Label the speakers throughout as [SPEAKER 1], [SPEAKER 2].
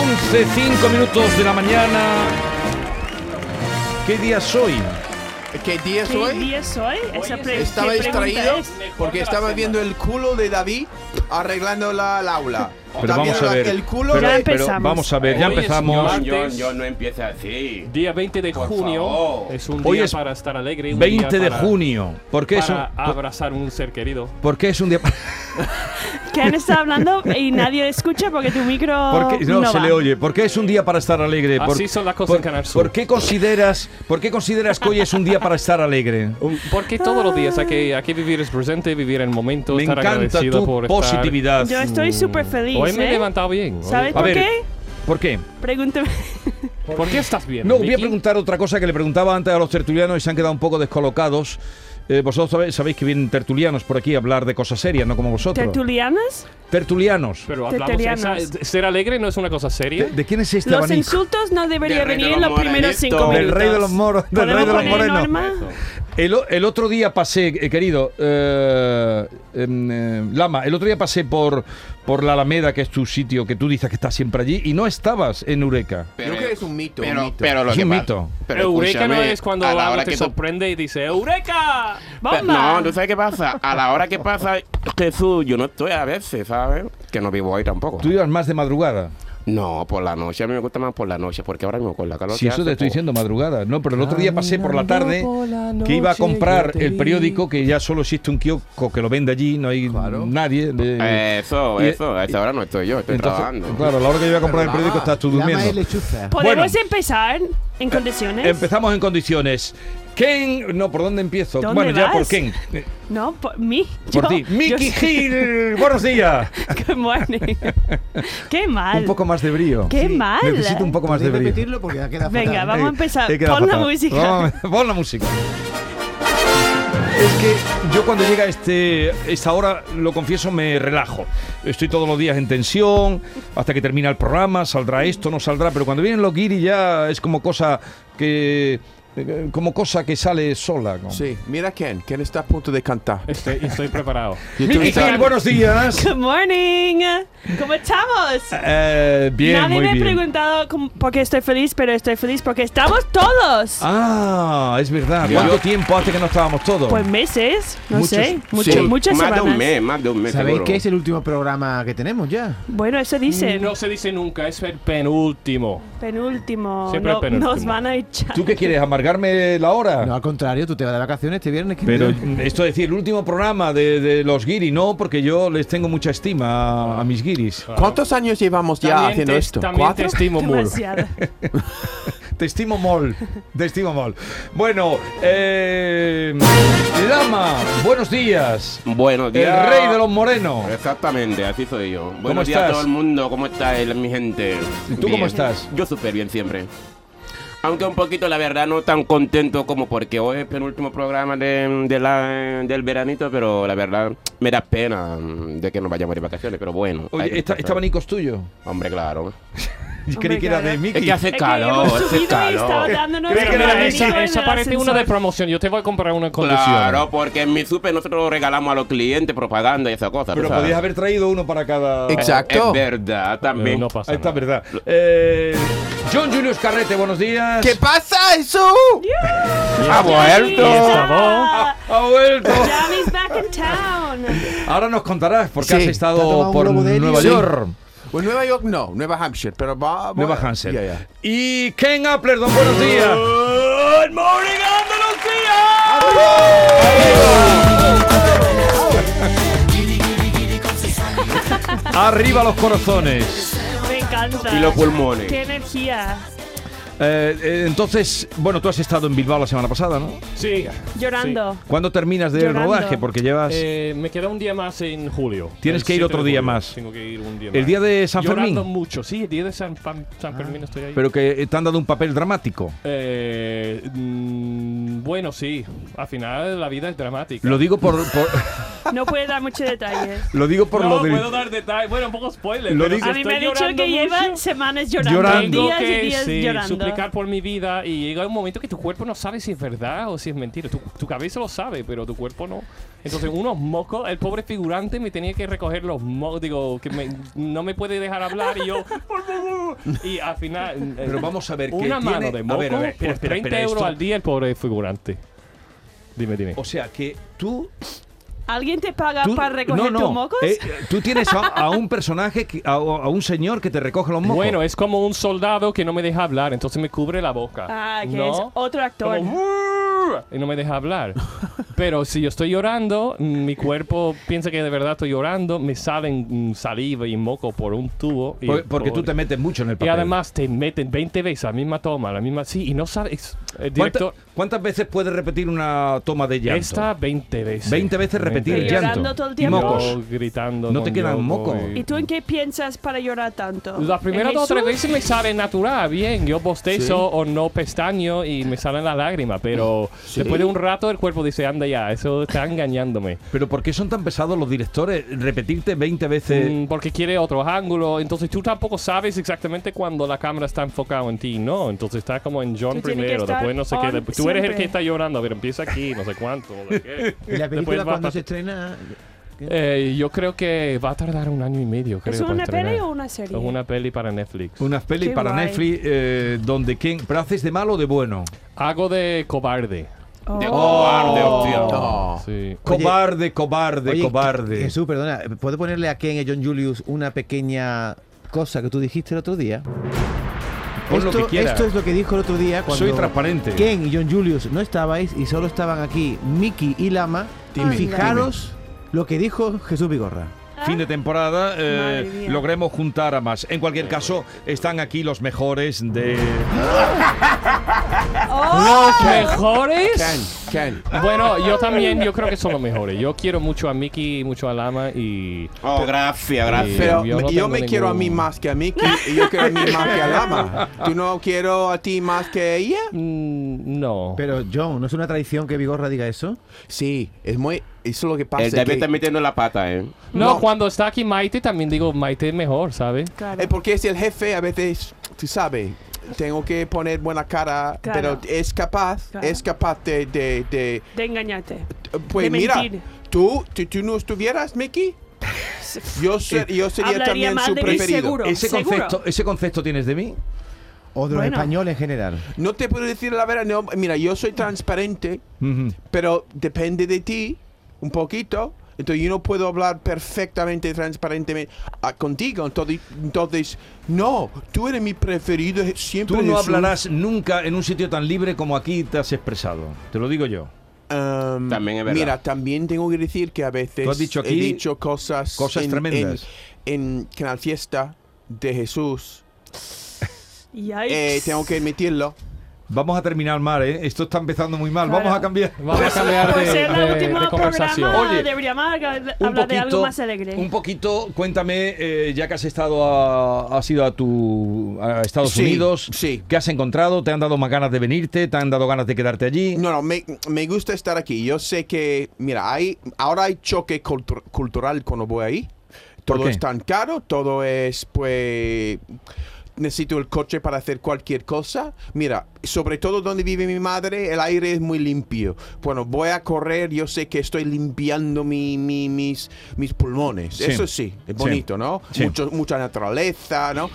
[SPEAKER 1] Once, cinco minutos de la mañana. ¿Qué día soy?
[SPEAKER 2] ¿Qué día es
[SPEAKER 3] ¿Qué
[SPEAKER 2] hoy?
[SPEAKER 3] día soy? Esa pre-
[SPEAKER 2] Estaba
[SPEAKER 3] ¿qué pregunta
[SPEAKER 2] distraído
[SPEAKER 3] es?
[SPEAKER 2] porque estaba viendo el culo de David arreglando la, la aula.
[SPEAKER 1] Pero
[SPEAKER 2] También
[SPEAKER 1] vamos a ver.
[SPEAKER 2] El culo
[SPEAKER 1] pero-
[SPEAKER 3] Ya
[SPEAKER 2] de...
[SPEAKER 1] pero
[SPEAKER 3] empezamos.
[SPEAKER 1] vamos a ver, ya
[SPEAKER 4] Oye,
[SPEAKER 1] empezamos.
[SPEAKER 4] señor,
[SPEAKER 5] John,
[SPEAKER 4] Antes-
[SPEAKER 5] John, no empiece así.
[SPEAKER 4] Día 20 de
[SPEAKER 5] Por
[SPEAKER 4] junio
[SPEAKER 5] favor.
[SPEAKER 4] es un
[SPEAKER 1] Hoy
[SPEAKER 4] día
[SPEAKER 1] es
[SPEAKER 4] para estar alegre. un
[SPEAKER 1] 20
[SPEAKER 4] día
[SPEAKER 1] de
[SPEAKER 4] para-
[SPEAKER 1] junio. ¿Por qué, es un,
[SPEAKER 4] Para
[SPEAKER 1] por,
[SPEAKER 4] abrazar un ser querido.
[SPEAKER 1] por qué es un día.?
[SPEAKER 3] Que han estado hablando y nadie le escucha porque tu micro
[SPEAKER 1] ¿Por qué- no,
[SPEAKER 3] Oh, no
[SPEAKER 1] se
[SPEAKER 3] va.
[SPEAKER 1] le oye. ¿Por qué es un día para estar alegre? Por-
[SPEAKER 4] Así son las cosas
[SPEAKER 1] por-
[SPEAKER 4] en Canal Sur.
[SPEAKER 1] ¿por qué, consideras, ¿Por qué consideras que hoy es un día para estar alegre?
[SPEAKER 4] Un- Porque todos los días hay que, hay que vivir el presente, vivir el momento,
[SPEAKER 1] Me
[SPEAKER 4] estar
[SPEAKER 1] encanta
[SPEAKER 4] agradecido
[SPEAKER 1] tu
[SPEAKER 4] por estar-
[SPEAKER 1] positividad.
[SPEAKER 3] Yo estoy súper feliz.
[SPEAKER 4] Hoy me he
[SPEAKER 3] ¿eh?
[SPEAKER 4] levantado bien. hoy-
[SPEAKER 3] ¿Sabes
[SPEAKER 1] A
[SPEAKER 3] por
[SPEAKER 1] ver.
[SPEAKER 3] qué?
[SPEAKER 1] ¿Por qué?
[SPEAKER 3] Pregúntame.
[SPEAKER 4] ¿Por qué estás bien?
[SPEAKER 1] No, voy a
[SPEAKER 4] Miki?
[SPEAKER 1] preguntar otra cosa que le preguntaba antes a los tertulianos y se han quedado un poco descolocados. Eh, vosotros sabéis, sabéis que vienen tertulianos por aquí a hablar de cosas serias, no como vosotros.
[SPEAKER 3] ¿Tertulianas?
[SPEAKER 1] tertulianos.
[SPEAKER 4] Pero hablamos
[SPEAKER 3] Teterianos.
[SPEAKER 4] esa- ser alegre no es una cosa seria.
[SPEAKER 1] ¿De, de quién es este
[SPEAKER 3] Los
[SPEAKER 1] abanico?
[SPEAKER 3] insultos no deberían
[SPEAKER 5] Del rey de
[SPEAKER 3] venir en
[SPEAKER 5] los
[SPEAKER 3] los primeros
[SPEAKER 5] morenitos.
[SPEAKER 3] cinco minutos.
[SPEAKER 1] Del rey de los moros, del
[SPEAKER 3] ¿Podemos
[SPEAKER 1] rey de los
[SPEAKER 3] poner
[SPEAKER 1] morenos.
[SPEAKER 3] norma?
[SPEAKER 1] El, o- el otro día pasé, eh, querido eh, em, eh, Lama, el otro día pasé por, por la Alameda, que es tu sitio, que tú dices que estás siempre allí, y no estabas en Eureka.
[SPEAKER 2] Yo creo que es un mito, un
[SPEAKER 5] Pero,
[SPEAKER 2] mito.
[SPEAKER 5] pero lo
[SPEAKER 1] Es
[SPEAKER 5] que
[SPEAKER 1] un
[SPEAKER 5] pasa-
[SPEAKER 1] mito.
[SPEAKER 5] pero
[SPEAKER 4] Eureka no
[SPEAKER 5] escúchame,
[SPEAKER 4] es cuando
[SPEAKER 5] a la
[SPEAKER 4] algo
[SPEAKER 5] hora
[SPEAKER 4] te
[SPEAKER 5] que tú-
[SPEAKER 4] sorprende y dice ¡Eureka!
[SPEAKER 3] ¡Bomba!
[SPEAKER 5] Pe- No, tú sabes qué pasa. A la hora que pasa, Jesús, yo no estoy a veces, ¿sabes? Que no vivo ahí tampoco.
[SPEAKER 1] Tú ibas más de madrugada.
[SPEAKER 5] No, por la noche. A mí me gusta más por la noche, porque ahora mismo con la calor.
[SPEAKER 1] Si
[SPEAKER 5] que
[SPEAKER 1] eso
[SPEAKER 5] hace,
[SPEAKER 1] te estoy
[SPEAKER 5] pues,
[SPEAKER 1] diciendo madrugada, no, pero el otro día pasé Ah, por la tarde que iba a comprar el periódico, que ya solo existe un kiosco que lo vende allí, no hay nadie. de-
[SPEAKER 5] Eso,
[SPEAKER 1] Y-
[SPEAKER 5] eso. A esa hora no estoy yo, Eh, estoy
[SPEAKER 1] entonces,
[SPEAKER 5] trabajando.
[SPEAKER 1] claro, a la hora que yo iba a comprar el periódico estás tú durmiendo.
[SPEAKER 3] ¿Podemos
[SPEAKER 1] Bueno.
[SPEAKER 3] empezar en condiciones?
[SPEAKER 1] Empezamos en condiciones. Ken, no, ¿por dónde empiezo?
[SPEAKER 3] ¿Dónde
[SPEAKER 1] bueno, ya
[SPEAKER 3] vas?
[SPEAKER 1] por Ken, eh,
[SPEAKER 3] no, por mí.
[SPEAKER 1] por
[SPEAKER 3] Yo-
[SPEAKER 1] ti.
[SPEAKER 3] yo
[SPEAKER 1] Mickey
[SPEAKER 3] sé-
[SPEAKER 1] Gil, buenos días.
[SPEAKER 3] Good morning. Qué mal.
[SPEAKER 1] Un poco más de brío.
[SPEAKER 3] Qué mal.
[SPEAKER 1] Necesito un poco más de
[SPEAKER 6] ¿Podéis
[SPEAKER 1] brío.
[SPEAKER 6] repetirlo porque ha quedado
[SPEAKER 3] Venga,
[SPEAKER 6] fatal.
[SPEAKER 3] vamos a
[SPEAKER 1] Eh,
[SPEAKER 3] empezar.
[SPEAKER 1] he
[SPEAKER 3] Pon
[SPEAKER 1] quedado
[SPEAKER 3] la
[SPEAKER 1] fatal.
[SPEAKER 3] música.
[SPEAKER 1] Vamos, pon la música. Es que yo cuando llega este, esta hora, lo confieso, me relajo. Estoy todos los días en tensión, hasta que termina el programa, saldrá esto, no saldrá, pero cuando vienen los guiri ya es como cosa que... eh, Como cosa que sale sola. ¿no?
[SPEAKER 2] Sí, mira Ken, Ken está a punto de cantar.
[SPEAKER 4] Estoy, estoy preparado.
[SPEAKER 1] Miki Gil, buenos días.
[SPEAKER 3] Good morning. ¿Cómo estamos?
[SPEAKER 1] Eh, bien,
[SPEAKER 3] Nadie
[SPEAKER 1] muy
[SPEAKER 3] me ha
[SPEAKER 1] bien.
[SPEAKER 3] preguntado cómo- por qué estoy feliz, pero estoy feliz porque estamos todos.
[SPEAKER 1] Ah, es verdad.
[SPEAKER 5] Ya.
[SPEAKER 1] ¿Cuánto tiempo hace que no estábamos todos?
[SPEAKER 3] Pues meses, no
[SPEAKER 1] Muchos-
[SPEAKER 3] sé, mucho-
[SPEAKER 2] sí,
[SPEAKER 3] muchas
[SPEAKER 5] más de
[SPEAKER 3] semanas.
[SPEAKER 5] un mes, más de un mes.
[SPEAKER 6] ¿Sabéis
[SPEAKER 5] seguro.
[SPEAKER 6] que es el último programa que tenemos ya?
[SPEAKER 1] Ah.
[SPEAKER 3] Bueno, eso dice
[SPEAKER 4] No se dice nunca, es el penúltimo.
[SPEAKER 3] penúltimo.
[SPEAKER 4] Siempre
[SPEAKER 3] no-
[SPEAKER 4] penúltimo.
[SPEAKER 3] Nos van a echar.
[SPEAKER 1] ¿Tú qué quieres? ¿Amargarme la hora?
[SPEAKER 6] No, al contrario, tú te vas de vacaciones este viernes. ¿quién
[SPEAKER 1] Pero
[SPEAKER 6] te da?
[SPEAKER 1] esto es decir, el último programa de, de los guiris, no, porque yo les tengo mucha estima a, a mis guiris.
[SPEAKER 2] ¿Cuántos años llevamos ya
[SPEAKER 4] También
[SPEAKER 2] haciendo
[SPEAKER 4] te-
[SPEAKER 2] esto?
[SPEAKER 4] también
[SPEAKER 2] ¿Cuatro?
[SPEAKER 4] te estimo mucho.
[SPEAKER 3] Demasiado.
[SPEAKER 1] Te estimo mol, te estimo mol. Bueno, eh, Lama, buenos días.
[SPEAKER 5] Buenos
[SPEAKER 1] El
[SPEAKER 5] días.
[SPEAKER 1] rey de los morenos.
[SPEAKER 5] Exactamente, así soy yo. Buenos días
[SPEAKER 1] estás?
[SPEAKER 5] a todo el mundo, ¿cómo está el- mi gente?
[SPEAKER 1] ¿Y tú
[SPEAKER 5] Bien.
[SPEAKER 1] cómo estás?
[SPEAKER 5] Yo súper bien siempre. Aunque un poquito, la verdad, no tan contento como porque hoy es el penúltimo programa de, de la- del veranito, pero la verdad me da pena mm, de que nos vayamos de vacaciones, pero bueno. hay
[SPEAKER 1] Oye,
[SPEAKER 5] que
[SPEAKER 1] esta,
[SPEAKER 5] disfrutar.
[SPEAKER 1] este abanico es tuyo.
[SPEAKER 5] Hombre, claro.
[SPEAKER 1] Yo creí que era de
[SPEAKER 3] claro.
[SPEAKER 1] Mickey.
[SPEAKER 5] Es que hace
[SPEAKER 3] Es que
[SPEAKER 5] calor,
[SPEAKER 3] hemos
[SPEAKER 5] hace
[SPEAKER 3] subido y estaba
[SPEAKER 5] calor.
[SPEAKER 3] dándonos
[SPEAKER 4] Pero
[SPEAKER 3] el
[SPEAKER 4] mira,
[SPEAKER 3] abanico en
[SPEAKER 4] esa,
[SPEAKER 3] el
[SPEAKER 4] esa parece
[SPEAKER 3] ascensor.
[SPEAKER 4] una de promoción. Yo te voy a comprar una en condición.
[SPEAKER 5] Claro, porque en mi super nosotros regalamos a los clientes propaganda y esa cosa.
[SPEAKER 1] Pero
[SPEAKER 5] tú sabes.
[SPEAKER 1] podías haber traído uno para cada.
[SPEAKER 2] Exacto.
[SPEAKER 5] Es verdad,
[SPEAKER 4] Eh,
[SPEAKER 5] también.
[SPEAKER 4] no pasa
[SPEAKER 1] Ahí está,
[SPEAKER 4] nada.
[SPEAKER 1] verdad. Eh, John Julius Carrete, buenos días.
[SPEAKER 2] ¿Qué pasa eso?
[SPEAKER 5] ¡Ha vuelto!
[SPEAKER 4] Y esta
[SPEAKER 1] ha vuelto.
[SPEAKER 3] Johnny's back in town.
[SPEAKER 1] Ahora nos contarás porque
[SPEAKER 2] Sí,
[SPEAKER 1] has
[SPEAKER 6] te ha tomado
[SPEAKER 1] estado
[SPEAKER 6] un
[SPEAKER 1] por
[SPEAKER 6] globo de helio.
[SPEAKER 1] Nueva
[SPEAKER 6] Sí.
[SPEAKER 1] York.
[SPEAKER 2] Pues Nueva York no, Nueva Hampshire, pero va...
[SPEAKER 1] Nueva
[SPEAKER 2] bueno,
[SPEAKER 1] Hansel.
[SPEAKER 2] ya, ya.
[SPEAKER 1] Y Ken Appler, don buenos días.
[SPEAKER 5] Good morning, Andalucía.
[SPEAKER 1] Arriba los corazones.
[SPEAKER 3] Me encanta.
[SPEAKER 5] Y los pulmones.
[SPEAKER 3] Qué energía.
[SPEAKER 1] Eh, eh, entonces, bueno, tú has estado en Bilbao la semana pasada, ¿no?
[SPEAKER 4] Sí.
[SPEAKER 3] Llorando.
[SPEAKER 1] ¿Cuándo terminas del
[SPEAKER 3] Llorando.
[SPEAKER 1] rodaje? Porque llevas...
[SPEAKER 4] Eh, me queda un día más en julio.
[SPEAKER 1] Tienes
[SPEAKER 4] El
[SPEAKER 1] que ir
[SPEAKER 4] 7
[SPEAKER 1] otro
[SPEAKER 4] de
[SPEAKER 1] día
[SPEAKER 4] julio.
[SPEAKER 1] más.
[SPEAKER 4] Tengo que ir un día más.
[SPEAKER 1] el día de San
[SPEAKER 4] Llorando
[SPEAKER 1] Fermín. Ah.
[SPEAKER 4] mucho, sí, el día de San, Fam- San Fermín estoy ahí.
[SPEAKER 1] Pero que te han dado un papel dramático.
[SPEAKER 4] Eh, mm, bueno, sí. Al final la vida es dramática.
[SPEAKER 1] Lo digo por, por-
[SPEAKER 3] No puede dar muchos detalles.
[SPEAKER 1] lo digo por
[SPEAKER 4] no
[SPEAKER 1] lo del
[SPEAKER 4] puedo dar detalles. Bueno, un poco spoiler.
[SPEAKER 1] Lo
[SPEAKER 4] pero
[SPEAKER 1] digo-
[SPEAKER 4] si
[SPEAKER 3] A mí
[SPEAKER 4] estoy
[SPEAKER 3] me ha dicho
[SPEAKER 4] llorando
[SPEAKER 3] que lleva
[SPEAKER 4] mucho-
[SPEAKER 3] semanas llorando,
[SPEAKER 1] Llorando.
[SPEAKER 4] Tengo
[SPEAKER 3] días y
[SPEAKER 4] que
[SPEAKER 3] días
[SPEAKER 4] sí,
[SPEAKER 3] llorando.
[SPEAKER 4] suplicar por mi vida y llega un momento que tu cuerpo no sabe si es verdad o si es mentira. Tu, tu cabeza lo sabe, pero tu cuerpo no. Entonces, unos mocos, el pobre figurante me tenía que recoger los mocos, digo, que me- no me puede dejar hablar y yo, por favor. Y al final. eh,
[SPEAKER 1] Pero vamos a ver, que
[SPEAKER 4] Una
[SPEAKER 1] tiene-
[SPEAKER 4] mano de
[SPEAKER 1] a
[SPEAKER 4] moco
[SPEAKER 1] ver, a ver, espera,
[SPEAKER 4] por
[SPEAKER 1] espera,
[SPEAKER 4] 30
[SPEAKER 1] espera,
[SPEAKER 4] euros
[SPEAKER 1] esto-
[SPEAKER 4] al día el pobre figurante. Dime, dime.
[SPEAKER 1] O sea, que tú...
[SPEAKER 3] ¿Alguien te paga
[SPEAKER 1] tú-
[SPEAKER 3] para recoger
[SPEAKER 1] no, no,
[SPEAKER 3] tus mocos?
[SPEAKER 1] eh, tú tienes a, a un personaje, que- a, a un señor que te recoge los mocos.
[SPEAKER 4] Bueno, es como un soldado que no me deja hablar, entonces me cubre la boca.
[SPEAKER 3] ah, que
[SPEAKER 4] ¿No?
[SPEAKER 3] es otro actor.
[SPEAKER 4] Como, "Brrr", y no me deja hablar. Pero si yo estoy llorando, mm, mi cuerpo piensa que de verdad estoy llorando, me salen mm, saliva y moco por un tubo. y-
[SPEAKER 1] Por- porque tú te metes mucho en el
[SPEAKER 4] Y
[SPEAKER 1] papel.
[SPEAKER 4] además te meten 20 veces la misma toma, la misma... Sí, y no sabes... El
[SPEAKER 1] ¿Cuánta-
[SPEAKER 4] director...
[SPEAKER 1] ¿Cuántas veces puedes repetir una toma de llanto?
[SPEAKER 4] Esta 20 veces.
[SPEAKER 1] 20 veces repetir el
[SPEAKER 3] veces.
[SPEAKER 1] llanto.
[SPEAKER 3] Llorando todo el
[SPEAKER 1] Y
[SPEAKER 3] tiempo.
[SPEAKER 4] Yo
[SPEAKER 1] mocos.
[SPEAKER 4] gritando.
[SPEAKER 1] No te
[SPEAKER 4] con
[SPEAKER 1] quedan
[SPEAKER 4] yogo
[SPEAKER 1] moco.
[SPEAKER 4] y-
[SPEAKER 3] ¿Y tú en qué piensas para llorar tanto?
[SPEAKER 4] Las primeras
[SPEAKER 3] ¿En
[SPEAKER 4] dos o tres
[SPEAKER 3] Jesús?
[SPEAKER 4] veces me sale natural, bien. Yo bostezo o no pestaño y me salen las lágrimas, pero después de un rato el cuerpo dice, anda ya, eso está engañándome.
[SPEAKER 1] Pero ¿por qué son tan pesados los directores? Repetirte 20 veces.
[SPEAKER 4] Mm, porque quiere otros ángulos, entonces tú tampoco sabes exactamente cuando la cámara está enfocada en ti, ¿no? Entonces está como en John
[SPEAKER 3] Tú tienes que
[SPEAKER 4] primero,
[SPEAKER 3] estar
[SPEAKER 4] después no sé qué.
[SPEAKER 3] on
[SPEAKER 4] después- Tú eres el
[SPEAKER 3] siempre.
[SPEAKER 4] que está llorando, pero empieza aquí, no sé cuánto. no sé qué.
[SPEAKER 6] ¿Y
[SPEAKER 4] Después
[SPEAKER 6] la película
[SPEAKER 4] va
[SPEAKER 6] cuando
[SPEAKER 4] pa-
[SPEAKER 6] se estrena?
[SPEAKER 4] Eh, yo creo que va a tardar un año y medio, creo.
[SPEAKER 3] ¿Es
[SPEAKER 4] para
[SPEAKER 3] una peli
[SPEAKER 4] estrenar.
[SPEAKER 3] o una serie?
[SPEAKER 4] Es una peli para Netflix.
[SPEAKER 1] Unas pelis
[SPEAKER 3] Qué
[SPEAKER 1] para
[SPEAKER 3] guay.
[SPEAKER 1] Netflix eh, donde quién. ¿Pero haces de malo o de bueno?
[SPEAKER 4] Hago de cobarde.
[SPEAKER 3] Oh.
[SPEAKER 5] De cobarde, hostia.
[SPEAKER 2] No.
[SPEAKER 4] Sí.
[SPEAKER 1] Cobarde, cobarde,
[SPEAKER 6] Oye,
[SPEAKER 1] cobarde.
[SPEAKER 6] Jesús, perdona, ¿puedo ponerle a Ken y a John Julius una pequeña cosa que tú dijiste el otro día?
[SPEAKER 1] Pon lo
[SPEAKER 6] esto,
[SPEAKER 1] que quieras.
[SPEAKER 6] esto es lo que dijo el otro día cuando
[SPEAKER 1] Soy transparente.
[SPEAKER 6] Ken y John Julius no estabais y solo estaban aquí Mickey y Lama.
[SPEAKER 3] Timmy.
[SPEAKER 6] Fijaros lo que dijo Jesús Vigorra.
[SPEAKER 1] Fin de temporada, eh,
[SPEAKER 3] Madre mía.
[SPEAKER 1] logremos juntar a más. En cualquier caso, están aquí los mejores de.
[SPEAKER 3] Ah.
[SPEAKER 4] ¿Los mejores?
[SPEAKER 2] Ken, Ken.
[SPEAKER 4] Bueno, yo también, yo creo que son los mejores. Yo quiero mucho a Mickey, mucho a Lama y...
[SPEAKER 5] Oh, gracias, gracias.
[SPEAKER 4] Sí.
[SPEAKER 2] Pero
[SPEAKER 4] Yo
[SPEAKER 2] yo,
[SPEAKER 4] no tengo
[SPEAKER 2] me quiero a mí
[SPEAKER 4] ningún-
[SPEAKER 2] más que a Mickey y yo quiero a mí más que a Lama. ¿Tú no quiero a ti más que a ella?
[SPEAKER 4] Mm, no.
[SPEAKER 6] Pero John, ¿no es una tradición que Vigorra diga eso?
[SPEAKER 2] Sí, es muy. Eso es lo que pasa.
[SPEAKER 5] El David
[SPEAKER 2] que-
[SPEAKER 5] está metiendo la pata, ¿eh?
[SPEAKER 4] no,
[SPEAKER 2] no.
[SPEAKER 4] cuando está aquí Maite también digo, Maite es mejor, ¿sabes?
[SPEAKER 3] Claro.
[SPEAKER 2] Eh, porque es el jefe, a veces, tú sabes, tengo que poner buena cara,
[SPEAKER 3] Claro.
[SPEAKER 2] pero es capaz,
[SPEAKER 3] Claro.
[SPEAKER 2] es capaz de... de, de-
[SPEAKER 3] De engañarte.
[SPEAKER 2] pues
[SPEAKER 3] De
[SPEAKER 2] mira,
[SPEAKER 3] mentir.
[SPEAKER 2] tú, tú, tú no estuvieras, Mickey, yo, ser- yo sería
[SPEAKER 3] Hablaría
[SPEAKER 2] también
[SPEAKER 3] mal
[SPEAKER 2] su
[SPEAKER 3] de mí
[SPEAKER 2] preferido.
[SPEAKER 3] seguro.
[SPEAKER 1] ¿Ese
[SPEAKER 3] ¿Seguro?
[SPEAKER 1] concepto, ¿Ese concepto tienes de mí?
[SPEAKER 6] O de los
[SPEAKER 3] Bueno.
[SPEAKER 6] españoles en general.
[SPEAKER 2] No te puedo decir la verdad, no, mira, yo soy transparente,
[SPEAKER 1] Ujú.
[SPEAKER 2] pero depende de ti un poquito. Entonces yo no puedo hablar perfectamente, transparentemente ah, contigo. Entonces, entonces, no, tú eres mi preferido siempre.
[SPEAKER 1] Tú no
[SPEAKER 2] Jesús.
[SPEAKER 1] hablarás nunca en un sitio tan libre como aquí te has expresado. Te lo digo yo.
[SPEAKER 2] Um,
[SPEAKER 5] También es verdad.
[SPEAKER 2] Mira, también tengo que decir que a veces
[SPEAKER 1] Tú has dicho
[SPEAKER 2] he
[SPEAKER 1] aquí
[SPEAKER 2] dicho cosas,
[SPEAKER 1] cosas
[SPEAKER 2] en,
[SPEAKER 1] tremendas.
[SPEAKER 2] En, en Canal Fiesta de Jesús.
[SPEAKER 3] Y pues,
[SPEAKER 2] Eh, tengo que admitirlo.
[SPEAKER 1] Vamos a terminar mal, ¿eh? Esto está empezando muy mal.
[SPEAKER 3] Claro.
[SPEAKER 1] Vamos a cambiar.
[SPEAKER 4] Vamos a cambiar
[SPEAKER 3] Por
[SPEAKER 4] de,
[SPEAKER 3] ser el
[SPEAKER 4] de-
[SPEAKER 3] último
[SPEAKER 4] de conversación.
[SPEAKER 3] programa,
[SPEAKER 1] Oye,
[SPEAKER 3] deberíamos hablar
[SPEAKER 1] Un
[SPEAKER 3] de algo
[SPEAKER 1] poquito-
[SPEAKER 3] más alegre.
[SPEAKER 1] Un poquito, cuéntame, eh, ya que has estado a, has ido a tu a Estados
[SPEAKER 2] Sí,
[SPEAKER 1] Unidos,
[SPEAKER 2] sí.
[SPEAKER 1] ¿qué has encontrado? ¿Te han dado más ganas de venirte? ¿Te han dado ganas de quedarte allí?
[SPEAKER 2] No, no, me, me gusta estar aquí. Yo sé que, mira, hay, ahora hay choque cultu- cultural cuando voy ahí.
[SPEAKER 1] ¿Por
[SPEAKER 2] Todo
[SPEAKER 1] qué?
[SPEAKER 2] es tan caro, todo es, pues, necesito el coche para hacer cualquier cosa. Mira, sobre todo donde vive mi madre, el aire es muy limpio. Bueno, voy a correr, yo sé que estoy limpiando mi, mi- mis, mis pulmones.
[SPEAKER 1] Sí.
[SPEAKER 2] Eso sí, es bonito, ¿no?
[SPEAKER 1] Sí.
[SPEAKER 2] Mucho- mucha naturaleza, ¿no?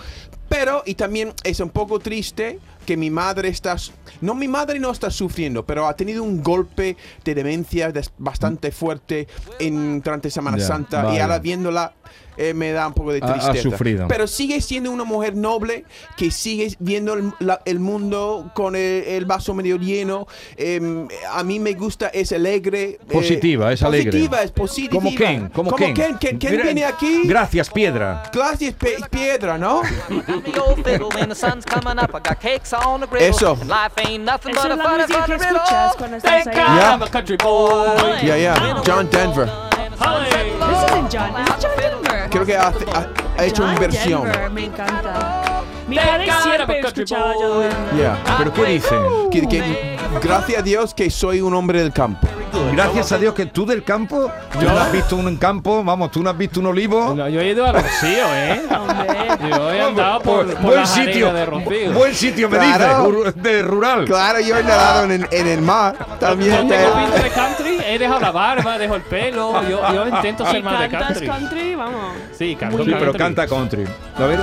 [SPEAKER 2] Pero, y también es un poco triste que mi madre está... su- No, mi madre no está sufriendo, pero ha tenido un golpe de demencia des- bastante fuerte en, durante Semana
[SPEAKER 1] Ya,
[SPEAKER 2] Santa
[SPEAKER 1] vale.
[SPEAKER 2] y ahora viéndola eh, me da un poco de
[SPEAKER 1] Ha- ha
[SPEAKER 2] tristeza.
[SPEAKER 1] sufrido.
[SPEAKER 2] Pero sigue siendo una mujer noble que sigue viendo el, la- el mundo con el, el vaso medio lleno. Em, a mí me gusta, es alegre. eh,
[SPEAKER 1] Positiva, es alegre.
[SPEAKER 2] Positiva, es positiva.
[SPEAKER 1] Como Ken, como,
[SPEAKER 2] Ken.
[SPEAKER 1] Ken.
[SPEAKER 2] Ken, Ken
[SPEAKER 1] Mira-
[SPEAKER 2] viene aquí.
[SPEAKER 1] Gracias, piedra.
[SPEAKER 2] Classiest pe- piedra, ¿no?
[SPEAKER 7] I got me old fiddle when the sun's coming up. I got cakes on the griddle.
[SPEAKER 2] Eso.
[SPEAKER 7] Life ain't nothing
[SPEAKER 3] Esa es
[SPEAKER 7] but a
[SPEAKER 3] la
[SPEAKER 7] funny,
[SPEAKER 3] música que
[SPEAKER 7] funny riddle.
[SPEAKER 3] escuchas cuando estás
[SPEAKER 4] Thank God,
[SPEAKER 3] ahí.
[SPEAKER 4] I'm a country boy.
[SPEAKER 2] Yeah, yeah. John Denver.
[SPEAKER 4] Ole.
[SPEAKER 3] This isn't John. It's John Denver.
[SPEAKER 2] Creo que hace- ha, ha hecho
[SPEAKER 4] Ah,
[SPEAKER 3] John
[SPEAKER 2] una versión.
[SPEAKER 3] Denver, me encanta. Mi
[SPEAKER 4] Thank
[SPEAKER 3] padre
[SPEAKER 4] God,
[SPEAKER 3] siempre
[SPEAKER 4] I'm a country
[SPEAKER 3] escuchaba a John
[SPEAKER 4] boy.
[SPEAKER 3] Denver.
[SPEAKER 2] Yeah.
[SPEAKER 1] ¿Pero qué dicen?
[SPEAKER 2] Que- que- gracias a Dios que soy un hombre del campo.
[SPEAKER 1] Gracias a Dios que tú del campo, tú no has visto un campo, vamos, tú no has visto un olivo.
[SPEAKER 4] No, yo he ido a Rocío, ¿eh?
[SPEAKER 3] Hombre.
[SPEAKER 4] Yo he andado por, por
[SPEAKER 1] buen
[SPEAKER 4] las
[SPEAKER 1] sitio,
[SPEAKER 4] arenas de Rocío.
[SPEAKER 1] buen sitio me
[SPEAKER 2] Claro.
[SPEAKER 1] dices, ru- de rural.
[SPEAKER 2] Claro, yo he nadado en, en el mar. También
[SPEAKER 4] Ah. Yo
[SPEAKER 2] te-
[SPEAKER 4] tengo pinta de country, he dejado la barba, dejo el pelo, yo, yo intento
[SPEAKER 3] Y
[SPEAKER 4] ser más Ah, de
[SPEAKER 3] cantas
[SPEAKER 4] country.
[SPEAKER 3] country, vamos.
[SPEAKER 4] Sí, canto
[SPEAKER 1] Sí,
[SPEAKER 4] country.
[SPEAKER 1] pero canta country. A ver.